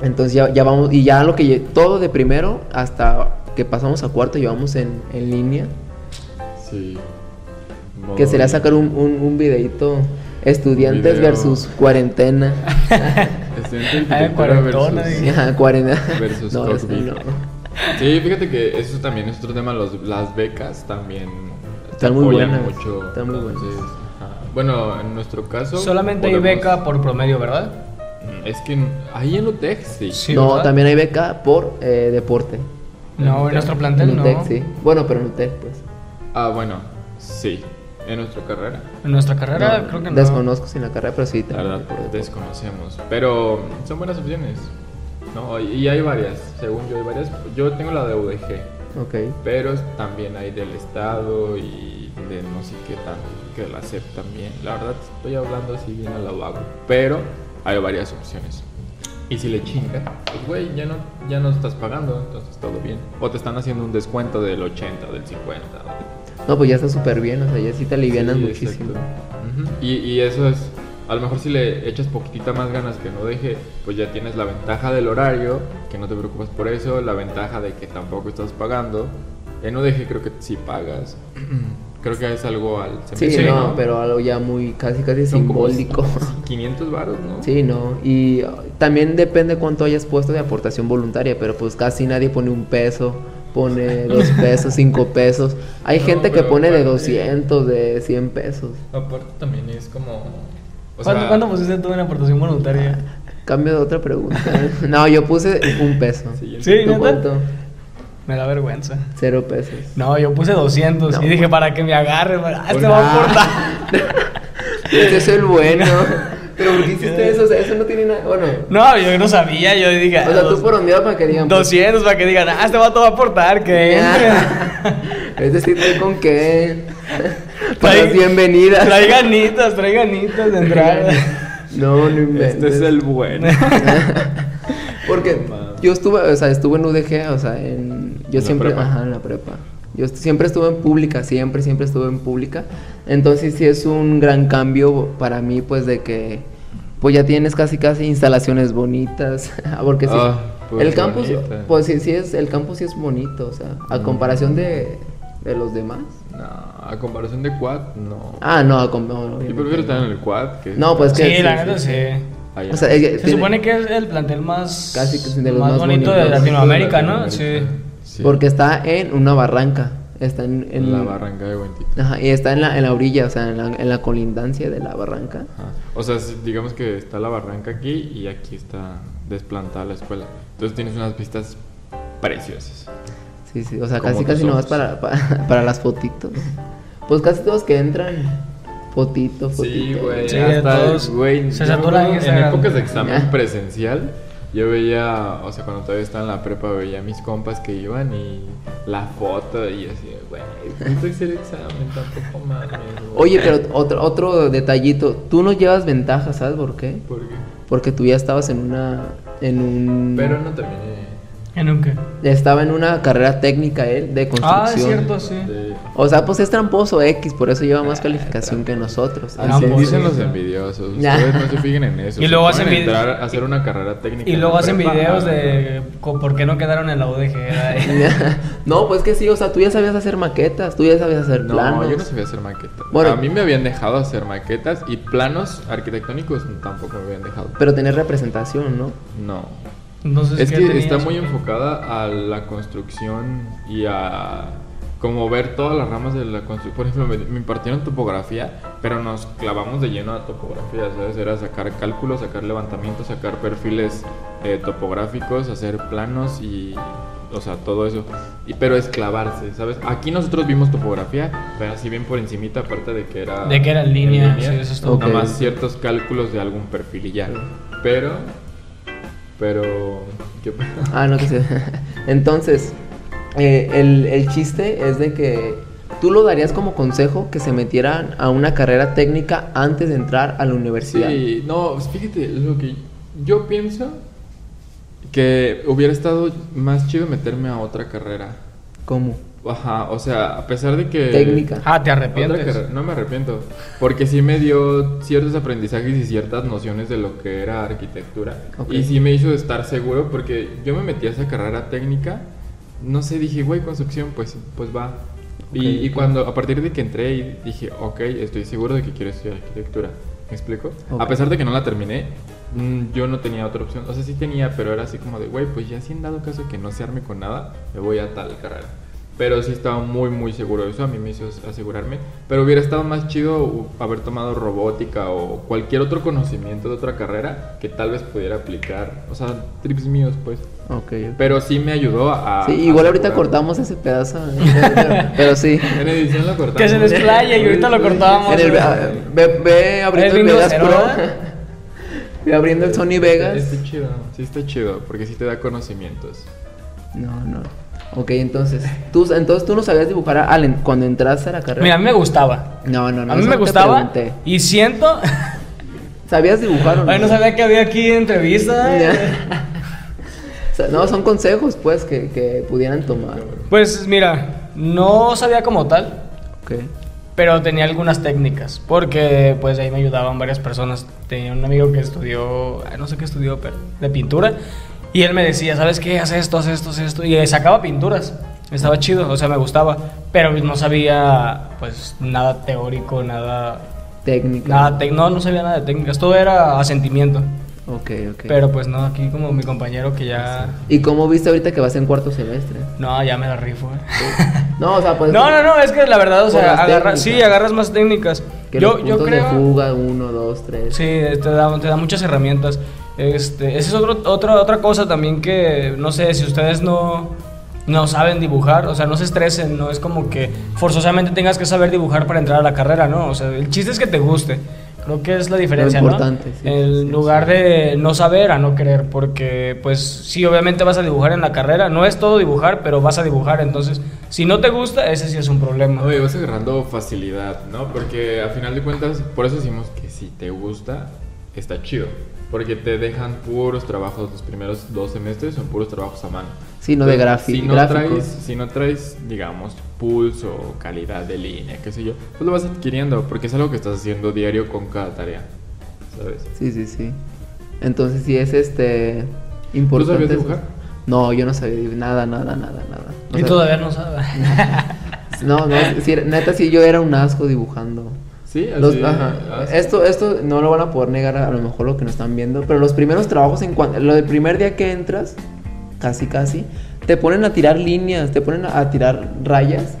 Speaker 3: Entonces ya, ya vamos, y ya lo que lle- todo de primero hasta que pasamos a cuarto llevamos en, en línea.
Speaker 2: Sí.
Speaker 3: Que sería
Speaker 2: Voy.
Speaker 3: sacar un, un, un videito estudiantes
Speaker 2: Video.
Speaker 3: versus cuarentena.
Speaker 2: Estudiante de
Speaker 1: Ah,
Speaker 2: arquitectura
Speaker 1: cuarentona,
Speaker 2: versus-
Speaker 1: dije.
Speaker 3: Ajá, cuarentena.
Speaker 2: Versus
Speaker 3: No, ese
Speaker 2: Cockpit.
Speaker 3: no.
Speaker 2: Sí, fíjate que eso también es otro tema, los, las becas también te
Speaker 3: Están muy
Speaker 2: apoyan
Speaker 3: buenas,
Speaker 2: mucho.
Speaker 3: están muy buenas.
Speaker 2: entonces, ajá. Bueno, en nuestro caso...
Speaker 1: Solamente hay
Speaker 2: podemos-
Speaker 1: beca por promedio, ¿verdad?
Speaker 2: Mm, Es que en- ahí en UTEC sí.
Speaker 1: Sí,
Speaker 3: No,
Speaker 1: ¿verdad?
Speaker 3: también hay beca por eh, deporte.
Speaker 1: No, en nuestro plantel
Speaker 3: En
Speaker 1: no.
Speaker 3: UTEC, sí. Bueno, pero en UTEC, pues.
Speaker 2: Ah, bueno, sí. En nuestra carrera.
Speaker 1: En nuestra carrera
Speaker 3: No,
Speaker 1: creo que no.
Speaker 3: Desconozco sin la carrera, pero sí.
Speaker 2: La
Speaker 3: también
Speaker 2: verdad, pues,
Speaker 3: recuerdo.
Speaker 2: desconocemos. Pero son buenas opciones. ¿no? Y y hay varias, según yo hay varias. Yo tengo la de UDG,
Speaker 3: Ok.
Speaker 2: pero también hay del Estado y de no sé qué tanto, que la SEP también. La verdad, estoy hablando así bien a la vago, pero hay varias opciones. Y si le chingas, pues güey, ya no, ya no estás pagando, entonces todo bien. O te están haciendo un descuento del 80, del 50. o-
Speaker 3: No, pues ya está súper bien, o sea, ya sí te alivianan
Speaker 2: Sí,
Speaker 3: muchísimo.
Speaker 2: exacto. Ujú. y, y eso es, a lo mejor si le echas poquitita más ganas que no deje, pues ya tienes la ventaja del horario, que no te preocupas por eso, la ventaja de que tampoco estás pagando. En UDG creo que sí pagas. Creo que es algo al
Speaker 3: Sí,
Speaker 2: semestre,
Speaker 3: no, pero algo ya muy, casi, casi
Speaker 2: Son como
Speaker 3: simbólico.
Speaker 2: 500 varos, ¿no?
Speaker 3: Sí, no. Y ah, también depende cuánto hayas puesto de aportación voluntaria, pero pues casi nadie pone un peso, pone dos pesos, cinco pesos. Hay
Speaker 2: No,
Speaker 3: gente que
Speaker 2: pero
Speaker 3: pone de
Speaker 2: aparte-
Speaker 3: 200, de 100 pesos.
Speaker 2: Aparte también es como... o
Speaker 1: ¿Cuánto,
Speaker 2: sea,
Speaker 1: cuánto pusiste tú en aportación voluntaria?
Speaker 3: Cambio de otra pregunta. no, yo puse un peso.
Speaker 2: siguiente.
Speaker 1: Sí,
Speaker 3: ¿Tú
Speaker 1: ¿neta?
Speaker 3: cuánto?
Speaker 1: Me da vergüenza.
Speaker 3: Cero pesos.
Speaker 1: No, yo puse 200
Speaker 3: No, pues.
Speaker 1: y dije para que me agarre, para- ah, este va a aportar.
Speaker 3: Este es el bueno. Pero ¿por qué hiciste eso? O sea, eso no tiene nada. Bueno.
Speaker 1: No, yo no sabía, yo dije.
Speaker 3: O sea, tú
Speaker 1: "Dos-
Speaker 3: por ondeado para que digan. pues,
Speaker 1: 200 para que digan, ah, este vato va a aportar, que entre.
Speaker 3: ya. Es decir, ¿de con qué. Para
Speaker 1: Trae-
Speaker 3: las bienvenidas.
Speaker 1: Trae ganitas, trae ganitas de entrada.
Speaker 3: No, no inventes.
Speaker 2: Este es el bueno.
Speaker 3: Porque
Speaker 2: No mames.
Speaker 3: yo estuve, o sea, estuve en UDG, o sea, en,
Speaker 2: En
Speaker 3: yo
Speaker 2: la
Speaker 3: siempre,
Speaker 2: prepa.
Speaker 3: ajá, en la prepa. Yo est- siempre estuve en pública, siempre, siempre estuve en pública. Entonces sí es un gran cambio para mí, pues, de que, pues ya tienes casi, casi instalaciones bonitas, porque sí,
Speaker 2: Ah. Pues
Speaker 3: el campus,
Speaker 2: bonita.
Speaker 3: pues sí, sí es, el campus sí es bonito, o sea, a
Speaker 2: Mm.
Speaker 3: comparación de, de los demás.
Speaker 2: No, a comparación de Quad, no.
Speaker 3: Ah, no, a com- no,
Speaker 2: Yo
Speaker 3: obviamente.
Speaker 2: prefiero estar en el Quad que.
Speaker 3: No, pues
Speaker 1: Sí,
Speaker 3: que
Speaker 1: la neta sí.
Speaker 2: allá.
Speaker 3: O sea, es que
Speaker 1: Se
Speaker 3: Eh, tiene-
Speaker 1: supone que es el plantel más,
Speaker 3: Casi que es de los
Speaker 1: más
Speaker 3: más
Speaker 1: bonito de
Speaker 3: bonitos.
Speaker 1: Latinoamérica, ¿no? Sí.
Speaker 2: Latinoamérica. Sí.
Speaker 3: porque está en una barranca, está en, en-
Speaker 2: En la barranca de Huentitán.
Speaker 3: Ajá, y está en la, en la orilla, o sea, en la, en la colindancia de la barranca.
Speaker 2: Ajá. O sea, si- digamos que está la barranca aquí y aquí está desplantada la escuela. Entonces tienes unas vistas preciosas.
Speaker 3: Sí, sí, o sea,
Speaker 2: Como
Speaker 3: casi
Speaker 2: tus
Speaker 3: casi nomás
Speaker 2: ojos.
Speaker 3: para, para, para las fotitos. Pues casi todos que entran, fotito, fotito.
Speaker 2: Sí, güey.
Speaker 1: Sí,
Speaker 2: hasta,
Speaker 1: todos
Speaker 2: güey,
Speaker 1: se
Speaker 2: yo me
Speaker 1: saturan
Speaker 2: acuerdo En
Speaker 1: Instagram.
Speaker 2: épocas de examen
Speaker 3: Ya.
Speaker 2: presencial, yo veía, o sea, cuando todavía estaba en la prepa, veía a mis compas que iban y la foto y así, güey, no es el examen, tampoco mames. güey.
Speaker 3: Oye, pero otro, otro detallito, tú no llevas ventaja, ¿sabes por qué?
Speaker 2: ¿Por qué?
Speaker 3: Porque tú ya estabas en una, en un...
Speaker 2: Pero no terminé.
Speaker 1: ¿En un qué?
Speaker 3: Estaba en una carrera técnica él de construcción.
Speaker 1: Ah, es cierto, sí.
Speaker 2: De-
Speaker 3: O sea, pues es tramposo X, por eso lleva
Speaker 2: Ah,
Speaker 3: más calificación que nosotros.
Speaker 1: Ah,
Speaker 2: Así
Speaker 1: no, pues,
Speaker 2: dicen
Speaker 1: sí.
Speaker 2: los envidiosos.
Speaker 3: Ya.
Speaker 2: Ustedes no se fijen en eso.
Speaker 1: Y
Speaker 2: Se
Speaker 1: luego
Speaker 2: pueden
Speaker 1: hacen vide-
Speaker 2: entrar a hacer una carrera técnica.
Speaker 1: Y
Speaker 2: en
Speaker 1: luego
Speaker 2: la
Speaker 1: hacen
Speaker 2: prepa.
Speaker 1: videos
Speaker 2: Ah,
Speaker 1: de co- por qué no quedaron en la UDG. ¿verdad?
Speaker 3: no, pues que sí, o sea, tú ya sabías hacer maquetas, tú ya sabías hacer
Speaker 2: No,
Speaker 3: planos.
Speaker 2: yo no sabía hacer maquetas.
Speaker 3: Bueno.
Speaker 2: a mí me habían dejado hacer maquetas y planos arquitectónicos tampoco me habían dejado.
Speaker 3: Pero tener representación, ¿no?
Speaker 2: No.
Speaker 1: Entonces,
Speaker 2: Es
Speaker 1: ¿qué
Speaker 2: que
Speaker 1: tenías?
Speaker 2: está muy enfocada a la construcción y a como ver todas las ramas de la construcción. Por ejemplo, me, me impartieron topografía, pero nos clavamos de lleno a topografía, ¿sabes? Era sacar cálculos, sacar levantamientos, sacar perfiles eh, topográficos, hacer planos y... O sea, todo eso. Y, pero es clavarse, ¿sabes? Aquí nosotros vimos topografía, pero así bien por encimita, aparte de que era...
Speaker 1: De que era en línea, sí, eso es todo.
Speaker 3: Ok.
Speaker 2: Nada más ciertos cálculos de algún perfil y ya. Pero... Pero... ¿Qué pedo?
Speaker 3: Ah, no, que sé. Entonces, eh, el, el chiste es de que tú lo darías como consejo que se metieran a una carrera técnica antes de entrar a la universidad.
Speaker 2: Sí, no, pues fíjate, lo que yo pienso que hubiera estado más chido meterme a otra carrera.
Speaker 3: ¿Cómo?
Speaker 2: Ajá, o sea, a pesar de que...
Speaker 3: Técnica.
Speaker 1: Ah, te
Speaker 2: Otra
Speaker 1: arrepientes.
Speaker 2: carrera, no me arrepiento, porque sí me dio ciertos aprendizajes y ciertas nociones de lo que era arquitectura.
Speaker 3: Ok.
Speaker 2: Y sí me hizo estar seguro porque yo me metí a esa carrera técnica, no sé, dije, güey, construcción, pues, pues va. Y-
Speaker 3: Ok,
Speaker 2: y,
Speaker 3: ok.
Speaker 2: cuando, a partir de que entré y dije, ok, estoy seguro de que quiero estudiar arquitectura, ¿me explico?
Speaker 3: Ok.
Speaker 2: A pesar de que no la terminé, mm, yo no tenía otra opción, o sea, sí tenía, pero era así como de, güey, pues ya si en dado caso que no se arme con nada, me voy a tal carrera. Pero sí estaba muy, muy seguro de eso. A mí me hizo asegurarme. Pero hubiera estado más chido u- haber tomado robótica o cualquier otro conocimiento de otra carrera que tal vez pudiera aplicar. O sea, trips míos, pues.
Speaker 3: Ok, ok.
Speaker 2: Pero sí me ayudó a.
Speaker 3: Sí,
Speaker 2: a
Speaker 3: igual ahorita
Speaker 2: asegurar.
Speaker 3: cortamos ese pedazo. eh, pero- pero sí.
Speaker 2: En edición lo cortamos.
Speaker 1: Que se desplaye y ahorita lo cortamos.
Speaker 3: En el- ah, ve, ve
Speaker 1: ¿Es
Speaker 3: abriendo el
Speaker 1: Windows
Speaker 3: Vegas
Speaker 1: cero,
Speaker 3: Pro.
Speaker 1: verdad?
Speaker 3: ve abriendo el Sony
Speaker 2: Está,
Speaker 3: Vegas.
Speaker 2: está chido. Sí, está chido. Porque sí te da conocimientos.
Speaker 3: No, no. Ok, entonces. Tú, entonces tú no sabías dibujar a- al en- cuando entraste a la carrera.
Speaker 1: Mira, a mí me gustaba.
Speaker 3: no, no, no.
Speaker 1: a mí
Speaker 3: eso
Speaker 1: me
Speaker 3: no te
Speaker 1: gustaba.
Speaker 3: pregunté.
Speaker 1: Y siento.
Speaker 3: ¿Sabías dibujar o no?
Speaker 1: Ay, no sabía que había aquí entrevista.
Speaker 3: Ya. O sea, no, son consejos, pues, que, que pudieran tomar.
Speaker 1: Pues mira, no sabía como tal.
Speaker 3: Ok.
Speaker 1: Pero tenía algunas técnicas, porque pues ahí me ayudaban varias personas. Tenía un amigo que estudió, ay, no sé qué estudió, pero de pintura. Y él me decía, ¿sabes qué? Haz esto, haz esto, haz esto. Y eh, sacaba pinturas. Estaba chido, o sea, me gustaba. Pero no sabía pues nada teórico, nada...
Speaker 3: Técnica.
Speaker 1: nada Ah, tec- no, no sabía nada de técnicas. Todo era a sentimiento.
Speaker 3: Ok, ok.
Speaker 1: Pero pues no, aquí como mi compañero que ya...
Speaker 3: ¿Y cómo viste ahorita que vas en cuarto semestre?
Speaker 1: No, ya me la rifo. eh.
Speaker 3: No, o sea, pues.
Speaker 1: No, no, no, es que la verdad, o
Speaker 3: Por
Speaker 1: sea,
Speaker 3: las
Speaker 1: agarra-
Speaker 3: técnicas.
Speaker 1: sí, agarras más técnicas.
Speaker 3: Que
Speaker 1: yo,
Speaker 3: los
Speaker 1: yo
Speaker 3: puntos
Speaker 1: creo...
Speaker 3: de fuga, uno, dos, tres.
Speaker 1: Sí, te da, te da muchas herramientas. Este, esa es otro, otra, otra cosa también que, no sé, si ustedes no, no saben dibujar, o sea, no se estresen, no es como que forzosamente tengas que saber dibujar para entrar a la carrera, ¿no? O sea, el chiste es que te guste. Creo que es la diferencia,
Speaker 3: importante,
Speaker 1: ¿no?
Speaker 3: sí,
Speaker 1: en
Speaker 3: sí,
Speaker 1: lugar de no saber a no querer, porque pues sí, obviamente vas a dibujar en la carrera, no es todo dibujar, pero vas a dibujar, entonces si no te gusta, ese sí es un problema.
Speaker 2: No, y vas agarrando facilidad, ¿no? Porque a final de cuentas, por eso decimos que si te gusta, está chido. Porque te dejan puros trabajos, los primeros dos semestres son puros trabajos a mano.
Speaker 3: Sí, no de
Speaker 2: Entonces,
Speaker 3: grafi-
Speaker 2: si no,
Speaker 3: gráficos.
Speaker 2: traes, si no traes, digamos, pulso, o calidad de línea, qué sé yo, pues lo vas adquiriendo, porque es algo que estás haciendo diario con cada tarea, ¿sabes?
Speaker 3: Sí, sí, sí. Entonces sí es este
Speaker 2: ¿Tú
Speaker 3: importante.
Speaker 2: sabías dibujar?
Speaker 3: eso. No, yo no sabía nada, nada, nada, nada. O
Speaker 1: y
Speaker 3: sea,
Speaker 1: todavía no sabe.
Speaker 3: No, no, sí, neta, sí, yo era un asco dibujando.
Speaker 2: Sí, así. ah,
Speaker 3: Los- ajá.
Speaker 2: así.
Speaker 3: Esto, esto no lo van a poder negar a, a lo mejor lo que nos están viendo, pero los primeros trabajos, en cuan- lo del primer día que entras, casi casi, te ponen a tirar líneas, te ponen a, a tirar rayas.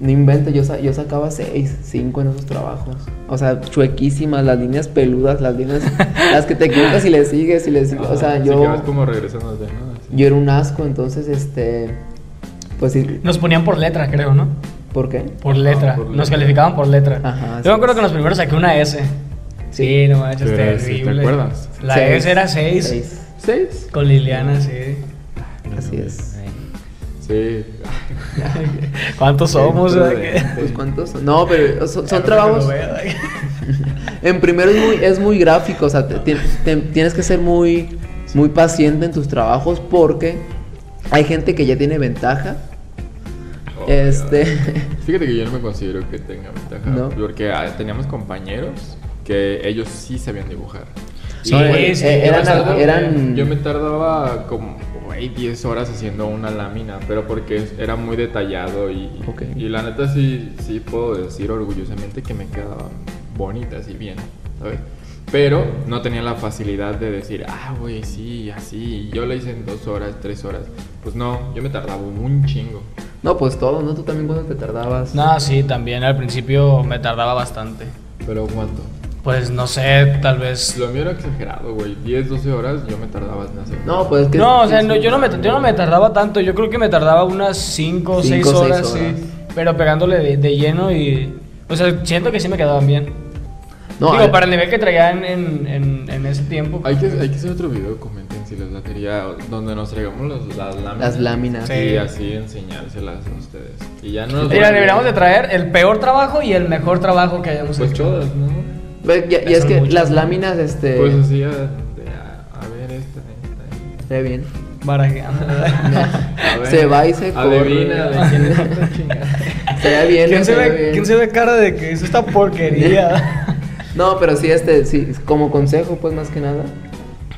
Speaker 3: No inventes, yo, sa- yo sacaba seis, cinco en esos trabajos. O sea, chuequísimas, las líneas peludas, las líneas, las que te equivocas y le sigues y le sigues.
Speaker 2: Ajá,
Speaker 3: O sea,
Speaker 2: así
Speaker 3: yo,
Speaker 2: que vas como regresando de nada. así.
Speaker 3: yo era un asco, entonces, este, pues sí,
Speaker 1: Nos ponían por letra, creo, ¿no?
Speaker 3: ¿por qué?
Speaker 1: Por letra.
Speaker 2: Ah, por
Speaker 1: Nos
Speaker 2: letra.
Speaker 1: calificaban por letra.
Speaker 3: Ajá,
Speaker 1: Yo
Speaker 3: sí,
Speaker 1: me acuerdo
Speaker 3: sí.
Speaker 1: que en los primeros saqué una S. Sí, no manches,
Speaker 2: Pero era S, ¿te
Speaker 1: terrible.
Speaker 2: acuerdas?
Speaker 1: La E
Speaker 3: Seis.
Speaker 1: S era 6.
Speaker 3: Seis.
Speaker 2: ¿Seis?
Speaker 1: Con Liliana, sí.
Speaker 3: Así es.
Speaker 2: Sí.
Speaker 1: ¿Cuántos somos?
Speaker 2: Dentro
Speaker 1: verdad
Speaker 2: de-
Speaker 1: que-
Speaker 3: Pues cuántos son? No, pero son, son
Speaker 1: Ya,
Speaker 3: trabajos.
Speaker 1: pero no veo,
Speaker 3: En primero es muy, es muy gráfico, o sea, te- te- te- tienes que ser muy, muy paciente en tus trabajos porque hay gente que ya tiene ventaja.
Speaker 2: Oh,
Speaker 3: este.
Speaker 2: Fíjate que yo no me considero que tenga ventaja.
Speaker 3: No.
Speaker 2: Porque ah, teníamos compañeros que ellos sí sabían dibujar.
Speaker 1: Sí,
Speaker 2: güey,
Speaker 1: sí,
Speaker 2: yo me
Speaker 1: eran-
Speaker 2: tardaba-
Speaker 3: eran-
Speaker 2: Yo me tardaba como, güey, 10 horas haciendo una lámina, pero porque era muy detallado y,
Speaker 3: Ok.
Speaker 2: y la neta sí, sí puedo decir orgullosamente que me quedaban bonitas y bien, ¿sabes? Pero no tenía la facilidad de decir, ah, güey, sí, así, yo la hice en dos horas, tres horas. Pues no, yo me tardaba un chingo.
Speaker 3: No, pues todo, ¿no? Tú también cuando te tardabas.
Speaker 1: No, sí, también al principio me tardaba bastante.
Speaker 2: Pero ¿cuánto?
Speaker 1: Pues no sé, tal vez.
Speaker 2: Lo mío era exagerado, güey. 10, 12 horas yo me tardaba en hacer.
Speaker 3: No, pues que.
Speaker 1: No, o sea, no, yo, no me, yo no me tardaba tanto. Yo creo que me tardaba unas 5 o 6
Speaker 3: Cinco, seis
Speaker 1: horas,
Speaker 3: horas.
Speaker 1: sí. Pero pegándole de, de lleno y. O sea, siento que sí me quedaban bien.
Speaker 3: No,
Speaker 1: Digo,
Speaker 3: al-
Speaker 1: para el nivel que traían en, en, en ese tiempo.
Speaker 3: pues,
Speaker 2: Hay que, hay que hacer otro video, comenten si les latería, donde nos traigamos los- las láminas.
Speaker 3: Las láminas.
Speaker 2: Y
Speaker 1: Sí.
Speaker 2: así enseñárselas a ustedes. Y ya no nos
Speaker 1: Mira, deberíamos de traer el peor trabajo y el mejor trabajo que hayamos
Speaker 2: Pues
Speaker 1: hecho.
Speaker 2: todas, ¿no?
Speaker 3: Ve, ya- Y
Speaker 1: Ya
Speaker 3: es
Speaker 1: son
Speaker 3: que
Speaker 1: muchas.
Speaker 3: las láminas, este.
Speaker 2: Pues así, a, de- a, a ver esta, esta.
Speaker 3: Re bien.
Speaker 1: Barajeando.
Speaker 2: A ver,
Speaker 3: Se va y se corre.
Speaker 2: Adivina de quién es esta chingada.
Speaker 3: Se ve bien.
Speaker 1: ¿Quién
Speaker 3: ¿no?
Speaker 1: se,
Speaker 3: ve
Speaker 1: ve,
Speaker 3: bien.
Speaker 1: quién se ve cara de que es esta porquería?
Speaker 3: No, pero sí, este, sí, como consejo, pues más que nada.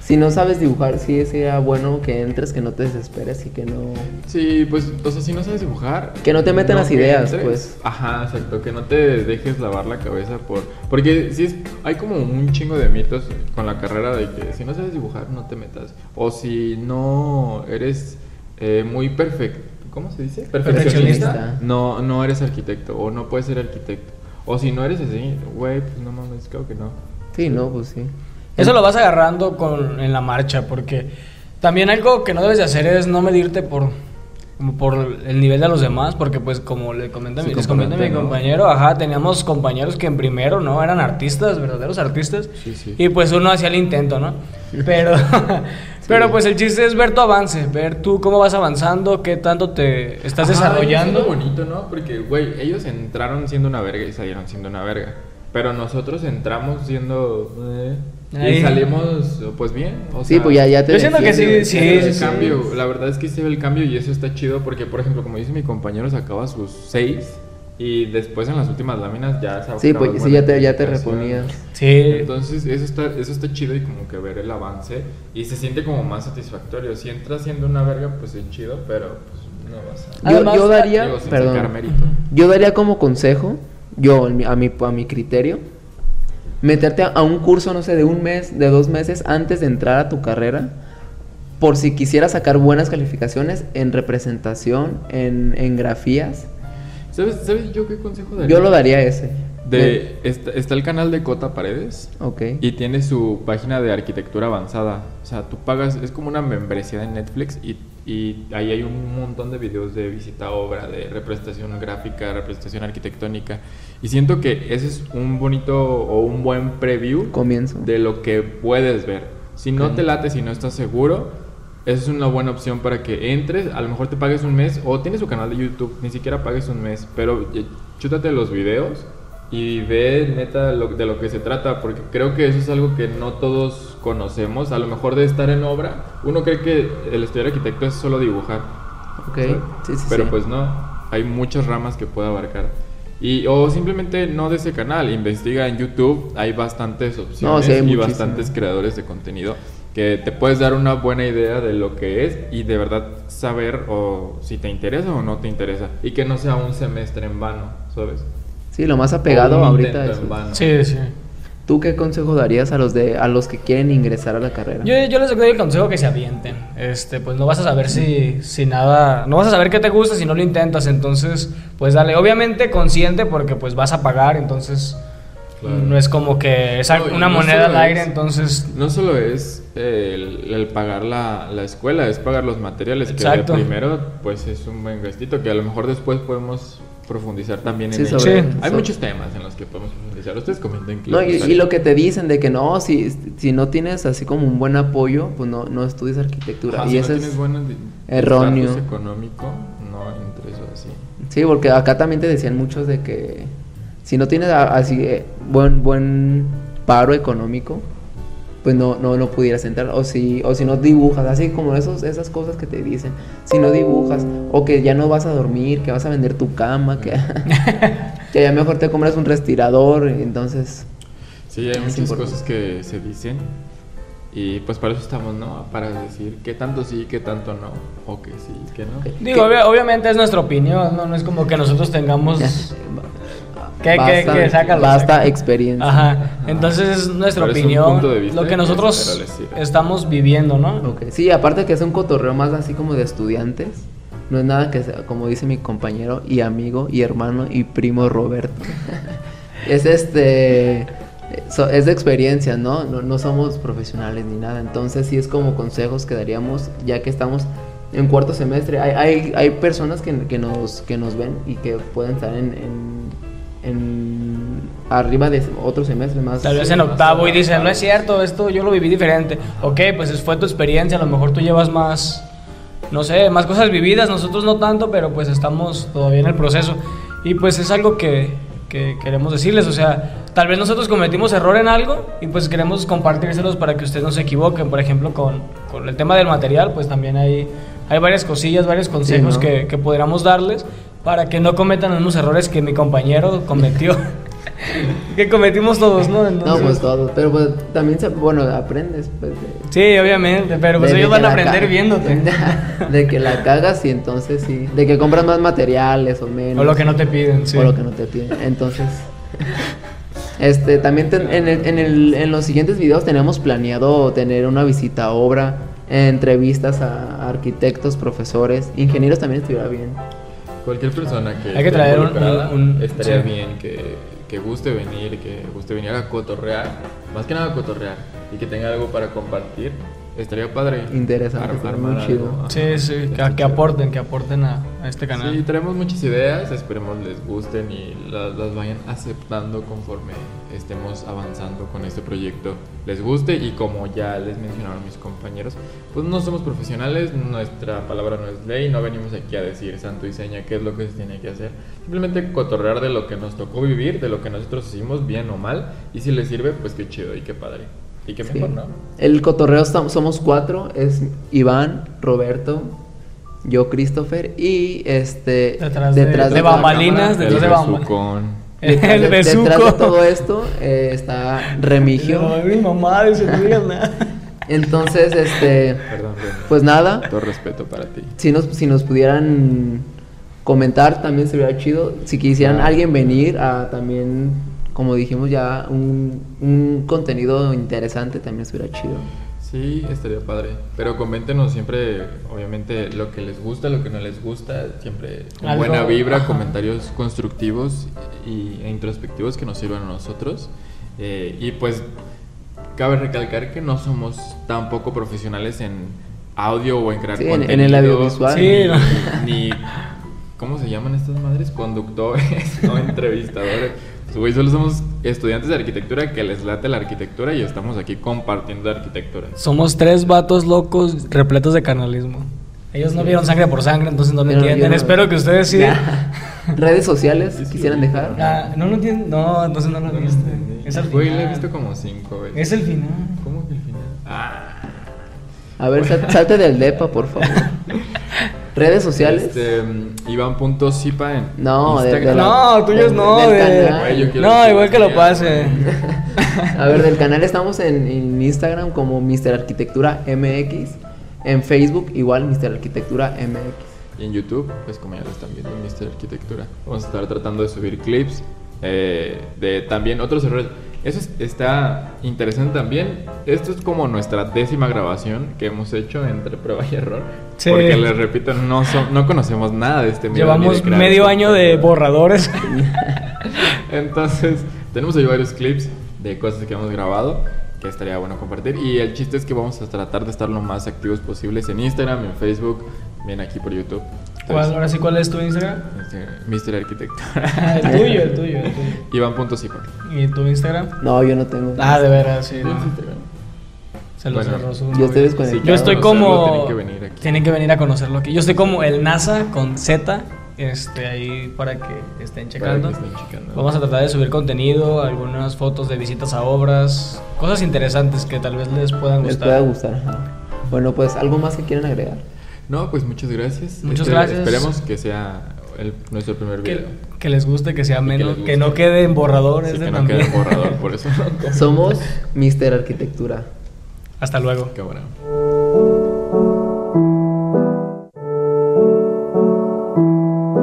Speaker 3: Si no sabes dibujar, sí sería bueno que entres, que no te desesperes y que no.
Speaker 2: Sí, pues, o sea, si no sabes dibujar.
Speaker 3: Que no te metan las
Speaker 2: que
Speaker 3: ideas, pues.
Speaker 2: Ajá, exacto, que no te dejes lavar la cabeza por. Porque sí es, hay como un chingo de mitos con la carrera de que si no sabes dibujar, no te metas. O si no eres eh, muy perfecto. ¿Cómo se dice?
Speaker 1: Perfeccionista.
Speaker 2: No, no eres arquitecto, o no puedes ser arquitecto. O si no eres así, güey, pues no mames, creo que no.
Speaker 3: Sí, no, pues sí.
Speaker 1: Eso lo vas agarrando con, en la marcha, porque también algo que no debes de hacer es no medirte por, como por el nivel de los demás, porque pues como le comenta
Speaker 2: Sí,
Speaker 1: mi, les comenta mi
Speaker 2: componente, ¿no?
Speaker 1: compañero, ajá, teníamos compañeros que en primero, ¿no? Eran artistas, verdaderos artistas,
Speaker 2: Sí, sí.
Speaker 1: y pues uno hacía el intento, ¿no? Pero, pero pues el chiste es ver tu avance, ver tú cómo vas avanzando, qué tanto te estás
Speaker 2: Ajá,
Speaker 1: desarrollando.
Speaker 2: eso es lo bonito, ¿no? Porque, güey, ellos entraron siendo una verga y salieron siendo una verga. Pero nosotros entramos siendo. eh,
Speaker 1: Ahí.
Speaker 2: y salimos, pues bien. O
Speaker 3: Sí,
Speaker 2: sea,
Speaker 3: pues ya, ya te.
Speaker 1: Yo siento que sí,
Speaker 3: defiendes.
Speaker 1: sí,
Speaker 2: se ve el
Speaker 1: sí.
Speaker 2: cambio. La verdad es que se ve el cambio y eso está chido porque, por ejemplo, como dice mi compañero, sacaba sus seis y después en las últimas láminas ya sacaba
Speaker 3: Sí, pues sí,
Speaker 2: buena
Speaker 3: ya te, ya te
Speaker 2: calificación.
Speaker 3: reponías.
Speaker 1: Sí.
Speaker 2: Entonces, eso está, eso está chido y como que ver el avance y se siente como más satisfactorio. Si entras siendo una verga, pues es chido, pero pues no vas a.
Speaker 3: Yo,
Speaker 1: Además,
Speaker 3: yo daría.
Speaker 2: Digo, sin sacar
Speaker 3: perdón.
Speaker 2: mérito.
Speaker 3: Yo daría como consejo, yo en mi- a mi, a mi criterio, meterte a, a un curso, no sé, de un mes, de dos meses antes de entrar a tu carrera, por si quisieras sacar buenas calificaciones en representación, en, en grafías.
Speaker 2: ¿Sabes, ¿Sabes yo qué consejo daría?
Speaker 3: Yo lo daría ese.
Speaker 2: De, está, está el canal de Cota Paredes
Speaker 3: Ok.
Speaker 2: y tiene su página de arquitectura avanzada. O sea, tú pagas, es como una membresía de Netflix y, y ahí hay un montón de videos de visita a obra, de representación gráfica, representación arquitectónica. Y siento que ese es un bonito o un buen preview
Speaker 3: Comienzo.
Speaker 2: de lo que puedes ver. Si no te late, si no estás seguro, esa es una buena opción para que entres. A lo mejor te pagues un mes o tienes su canal de YouTube, ni siquiera pagues un mes, pero eh, chútate los videos y ve neta lo- de lo que se trata, porque creo que eso es algo que no todos conocemos. A lo mejor de estar en obra, uno cree que el estudiar arquitecto es solo dibujar.
Speaker 3: Ok.
Speaker 2: ¿sabes?
Speaker 3: Sí, sí,
Speaker 2: Pero
Speaker 3: sí.
Speaker 2: pues no, hay muchas ramas que puede abarcar. Y, o simplemente no de ese canal, investiga en YouTube, hay bastantes opciones
Speaker 3: sí, hay
Speaker 2: y
Speaker 3: muchísimas.
Speaker 2: bastantes creadores de contenido que te puedes dar una buena idea de lo que es y de verdad saber o si te interesa o no te interesa y que no sea un semestre en vano, ¿sabes?
Speaker 3: Sí, lo más apegado
Speaker 2: O un
Speaker 3: ahorita a
Speaker 2: intento
Speaker 3: eso.
Speaker 2: en vano.
Speaker 1: Sí, sí.
Speaker 3: ¿Tú qué consejo darías a los de a los que quieren ingresar a la carrera?
Speaker 1: Yo, yo les doy el consejo que se avienten. Este, pues no vas a saber si, si nada, no vas a saber qué te gusta si no lo intentas. Entonces, pues dale, obviamente consciente porque pues vas a pagar, entonces
Speaker 2: Claro.
Speaker 1: no es como que es
Speaker 2: No, y
Speaker 1: una
Speaker 2: no
Speaker 1: moneda al
Speaker 2: solo
Speaker 1: aire,
Speaker 2: es-
Speaker 1: entonces
Speaker 2: No solo es eh, el, el pagar la, la escuela, es pagar los materiales,
Speaker 1: Exacto.
Speaker 2: que de primero pues es un buen gastito, que a lo mejor después podemos profundizar también
Speaker 3: Sí,
Speaker 2: en ello.
Speaker 1: sobre-
Speaker 2: Hay
Speaker 1: Sí.
Speaker 3: sobre-
Speaker 2: muchos temas en los que podemos profundizar. Ustedes comenten que
Speaker 3: No, y, y lo que te dicen de que no, si, si no tienes así como un buen apoyo, pues no, no estudies arquitectura.
Speaker 2: Ajá,
Speaker 3: y
Speaker 2: si
Speaker 3: eso
Speaker 2: no
Speaker 3: es...
Speaker 2: tienes buenos di-
Speaker 3: erróneo.
Speaker 2: estatus económico, no entres así.
Speaker 3: Sí, porque acá también te decían muchos de que si no tienes a- así eh, buen buen paro económico, pues no no no pudieras entrar o si o si no dibujas, así como esos esas cosas que te dicen, si no dibujas o que ya no vas a dormir, que vas a vender tu cama, que que ya mejor te compras un respirador, entonces
Speaker 2: Sí, hay
Speaker 3: Es
Speaker 2: muchas
Speaker 3: importante.
Speaker 2: cosas que se dicen y pues para eso estamos, ¿no? Para decir qué tanto sí, qué tanto no, o que sí, que no.
Speaker 1: digo, obvia- obviamente es nuestra opinión, no, no es como que nosotros tengamos Pues, ¿Qué, qué, qué? Sácalo,
Speaker 3: basta
Speaker 1: sácalo.
Speaker 3: experiencia.
Speaker 1: Ajá, entonces es nuestra
Speaker 2: Pero es un
Speaker 1: opinión,
Speaker 2: punto de vista
Speaker 1: lo que
Speaker 2: que
Speaker 1: nosotros
Speaker 2: general es cierto.
Speaker 1: estamos viviendo, ¿no?
Speaker 3: Ok, Sí, aparte que es un cotorreo más así como de estudiantes. No es nada que sea, como dice mi compañero y amigo y hermano y primo Roberto. es este. so- es de experiencia, ¿no? ¿no? no somos profesionales ni nada. Entonces, sí es como consejos que daríamos, ya que estamos en cuarto semestre. Hay, hay, hay personas que, que nos, que nos ven y que pueden estar en. en- en arriba de otro semestre más.
Speaker 1: Tal vez en octavo y dicen, no es cierto, esto yo lo viví diferente. Ok, pues es- fue tu experiencia, a lo mejor tú llevas más, no sé, más cosas vividas, nosotros no tanto, pero pues estamos todavía en el proceso. Y pues es algo que, que queremos decirles, o sea, tal vez nosotros cometimos error en algo y pues queremos compartírselos para que ustedes no se equivoquen. Por ejemplo, con, con el tema del material, pues también hay, hay varias cosillas, varios consejos
Speaker 3: ¿no?
Speaker 1: que, que podríamos darles para que no cometan unos errores que mi compañero cometió. Que cometimos todos, ¿no?
Speaker 3: No,
Speaker 1: Entonces-
Speaker 3: pues todo. Pero pues también, se, bueno, aprendes. Pues, de-
Speaker 1: Sí, obviamente, pero pues
Speaker 3: de- de
Speaker 1: ellos
Speaker 3: que
Speaker 1: van a
Speaker 3: la
Speaker 1: aprender
Speaker 3: ca-
Speaker 1: viéndote.
Speaker 3: De que la cagas y entonces sí. De que compras más materiales o menos.
Speaker 1: o lo que no te piden, sí.
Speaker 3: o lo que no te piden. Entonces. Este, también ten- en, el- en el- en los siguientes videos tenemos planeado tener una visita a obra, entrevistas a arquitectos, profesores, ingenieros también estuviera bien.
Speaker 2: Cualquier persona que,
Speaker 1: Hay que
Speaker 2: esté
Speaker 1: traer un-
Speaker 2: involucrada,
Speaker 1: un- un-
Speaker 2: estaría
Speaker 1: sí.
Speaker 2: bien que, que guste venir, que guste venir a cotorrear, más que nada a cotorrear y que tenga algo para compartir, estaría padre.
Speaker 3: Interesante,
Speaker 2: Ar-
Speaker 3: estaría
Speaker 2: armar
Speaker 3: muy chido.
Speaker 2: algo, ajá.
Speaker 1: Sí, sí, que, que aporten, que aporten a, a este
Speaker 2: Sí,
Speaker 1: canal.
Speaker 2: traemos muchas ideas, esperemos les gusten y la- las, vayan aceptando conforme estemos avanzando con este proyecto. Les guste y como ya les mencionaron mis compañeros, pues no somos profesionales, nuestra palabra no es ley, no venimos aquí a decir santo y seña qué es lo que se tiene que hacer. Simplemente cotorrear de lo que nos tocó vivir, de lo que nosotros hicimos, bien o mal, y si les sirve, pues qué chido y qué padre. Y qué
Speaker 3: Sí.
Speaker 2: mejor, ¿no?
Speaker 3: El cotorreo estam- somos cuatro, es Iván, Roberto, yo Christopher y este
Speaker 1: Detrás de- de
Speaker 3: la
Speaker 1: bambalinas,
Speaker 3: cámara,
Speaker 1: detrás
Speaker 2: El
Speaker 1: de bamba.
Speaker 2: besucón.
Speaker 3: Detrás
Speaker 1: El
Speaker 3: de- detrás
Speaker 1: besuco.
Speaker 3: de todo esto eh, está
Speaker 1: No,
Speaker 3: Remigio.
Speaker 1: mi mamá dice, no digas nada.
Speaker 3: Entonces, este,
Speaker 2: Perdón, Remy.
Speaker 3: pues nada,
Speaker 2: Todo respeto para ti.
Speaker 3: si nos, si nos pudieran comentar también sería chido. Si quisieran
Speaker 2: Ah.
Speaker 3: alguien venir a también, como dijimos ya, un, un contenido interesante también estuviera chido.
Speaker 2: Sí, estaría padre. Pero coméntenos siempre, obviamente, lo que les gusta, lo que no les gusta. Siempre con
Speaker 1: Algo,
Speaker 2: buena vibra,
Speaker 1: ajá.
Speaker 2: comentarios constructivos y, e introspectivos que nos sirvan a nosotros. Eh, y pues, cabe recalcar que no somos tampoco profesionales en audio o en crear
Speaker 3: Sí, en- en el
Speaker 2: contenido,
Speaker 3: audiovisual.
Speaker 1: Sí,
Speaker 2: ni-
Speaker 1: no.
Speaker 2: ni, ¿Cómo se llaman estas madres? Conductores, no entrevistadores. Pues, güey, solo somos estudiantes de arquitectura que les late la arquitectura y estamos aquí compartiendo arquitectura.
Speaker 1: Somos tres vatos locos repletos de canalismo. Ellos no vieron sangre por sangre, entonces no lo
Speaker 3: Yo no- yo
Speaker 1: entienden.
Speaker 3: no-
Speaker 1: Espero que ustedes sí.
Speaker 3: Ya. Redes sociales
Speaker 2: Sí, sí,
Speaker 3: quisieran
Speaker 2: lo vi.
Speaker 3: dejar.
Speaker 1: Ah, no lo entienden. No, entonces no lo
Speaker 2: No lo
Speaker 1: viste.
Speaker 2: entendí.
Speaker 1: Es el
Speaker 2: Güey,
Speaker 1: final.
Speaker 2: la he visto como cinco veces.
Speaker 1: Es el final.
Speaker 2: ¿Cómo que el final? Ah.
Speaker 3: A ver, sal- salte del depa, por favor. Redes sociales.
Speaker 2: Este, mm, Iván.zipa en
Speaker 3: No, de- de
Speaker 2: Instagram.
Speaker 3: la-
Speaker 1: No, tuyos
Speaker 3: Del-
Speaker 1: no,
Speaker 3: del
Speaker 1: de-
Speaker 3: canal.
Speaker 2: Güey, yo quiero
Speaker 1: No,
Speaker 2: que
Speaker 1: igual que lo
Speaker 2: veas,
Speaker 1: pase.
Speaker 2: güey.
Speaker 3: A ver, del canal estamos en, en Instagram como Mr. Arquitectura MX. En Facebook igual Mr. Arquitectura MX.
Speaker 2: Y en YouTube, pues como ya lo están viendo, Mr. Arquitectura. Vamos a estar tratando de subir clips eh, de también otros errores. Eso es- está interesante también. Esto es como nuestra décima grabación que hemos hecho entre prueba y error.
Speaker 1: Sí.
Speaker 2: Porque les repito, no, son- no conocemos nada de este medio. ni de
Speaker 1: Llevamos
Speaker 2: crear
Speaker 1: medio
Speaker 2: este
Speaker 1: año de
Speaker 2: contenido.
Speaker 1: borradores.
Speaker 2: Entonces, tenemos ahí varios clips de cosas que hemos grabado que estaría bueno compartir. Y el chiste es que vamos a tratar de estar lo más activos posibles en Instagram, en Facebook, bien aquí por YouTube.
Speaker 1: ¿Cuál,
Speaker 2: Entonces,
Speaker 1: ahora sí, ¿cuál es tu Instagram?
Speaker 2: Instagram, Mr. Este, Arquitecto.
Speaker 1: el tuyo, el tuyo, el tuyo.
Speaker 2: Iván.sico.
Speaker 1: ¿Y tu Instagram?
Speaker 3: No, yo no tengo.
Speaker 1: Ah, de veras, sí. no. Se los
Speaker 2: Bueno,
Speaker 1: cerró su
Speaker 3: yo
Speaker 1: novia.
Speaker 3: estoy desconectado.
Speaker 1: Yo estoy como.
Speaker 2: Tienen que venir aquí.
Speaker 1: Tienen que venir a conocerlo aquí. Yo estoy como el NASA con Z. Este, ahí para que estén
Speaker 2: Para que
Speaker 1: checando.
Speaker 2: estén checando.
Speaker 1: Vamos a tratar de subir contenido, algunas fotos de visitas a obras, cosas interesantes que tal vez les puedan
Speaker 3: Les
Speaker 1: gustar.
Speaker 3: pueda gustar. ajá. Bueno, pues algo más que quieran agregar.
Speaker 2: No, pues muchas gracias.
Speaker 1: Muchas gracias.
Speaker 2: Esperemos que sea el- nuestro primer
Speaker 1: Que,
Speaker 2: video.
Speaker 1: que les guste, que sea
Speaker 2: Y que les
Speaker 1: menos, que,
Speaker 2: guste.
Speaker 1: no quede en borrador.
Speaker 2: Sí,
Speaker 1: este
Speaker 2: que no
Speaker 1: también.
Speaker 2: quede borrador, por eso.
Speaker 3: Somos Mr. Arquitectura.
Speaker 1: Hasta luego.
Speaker 2: Qué bueno.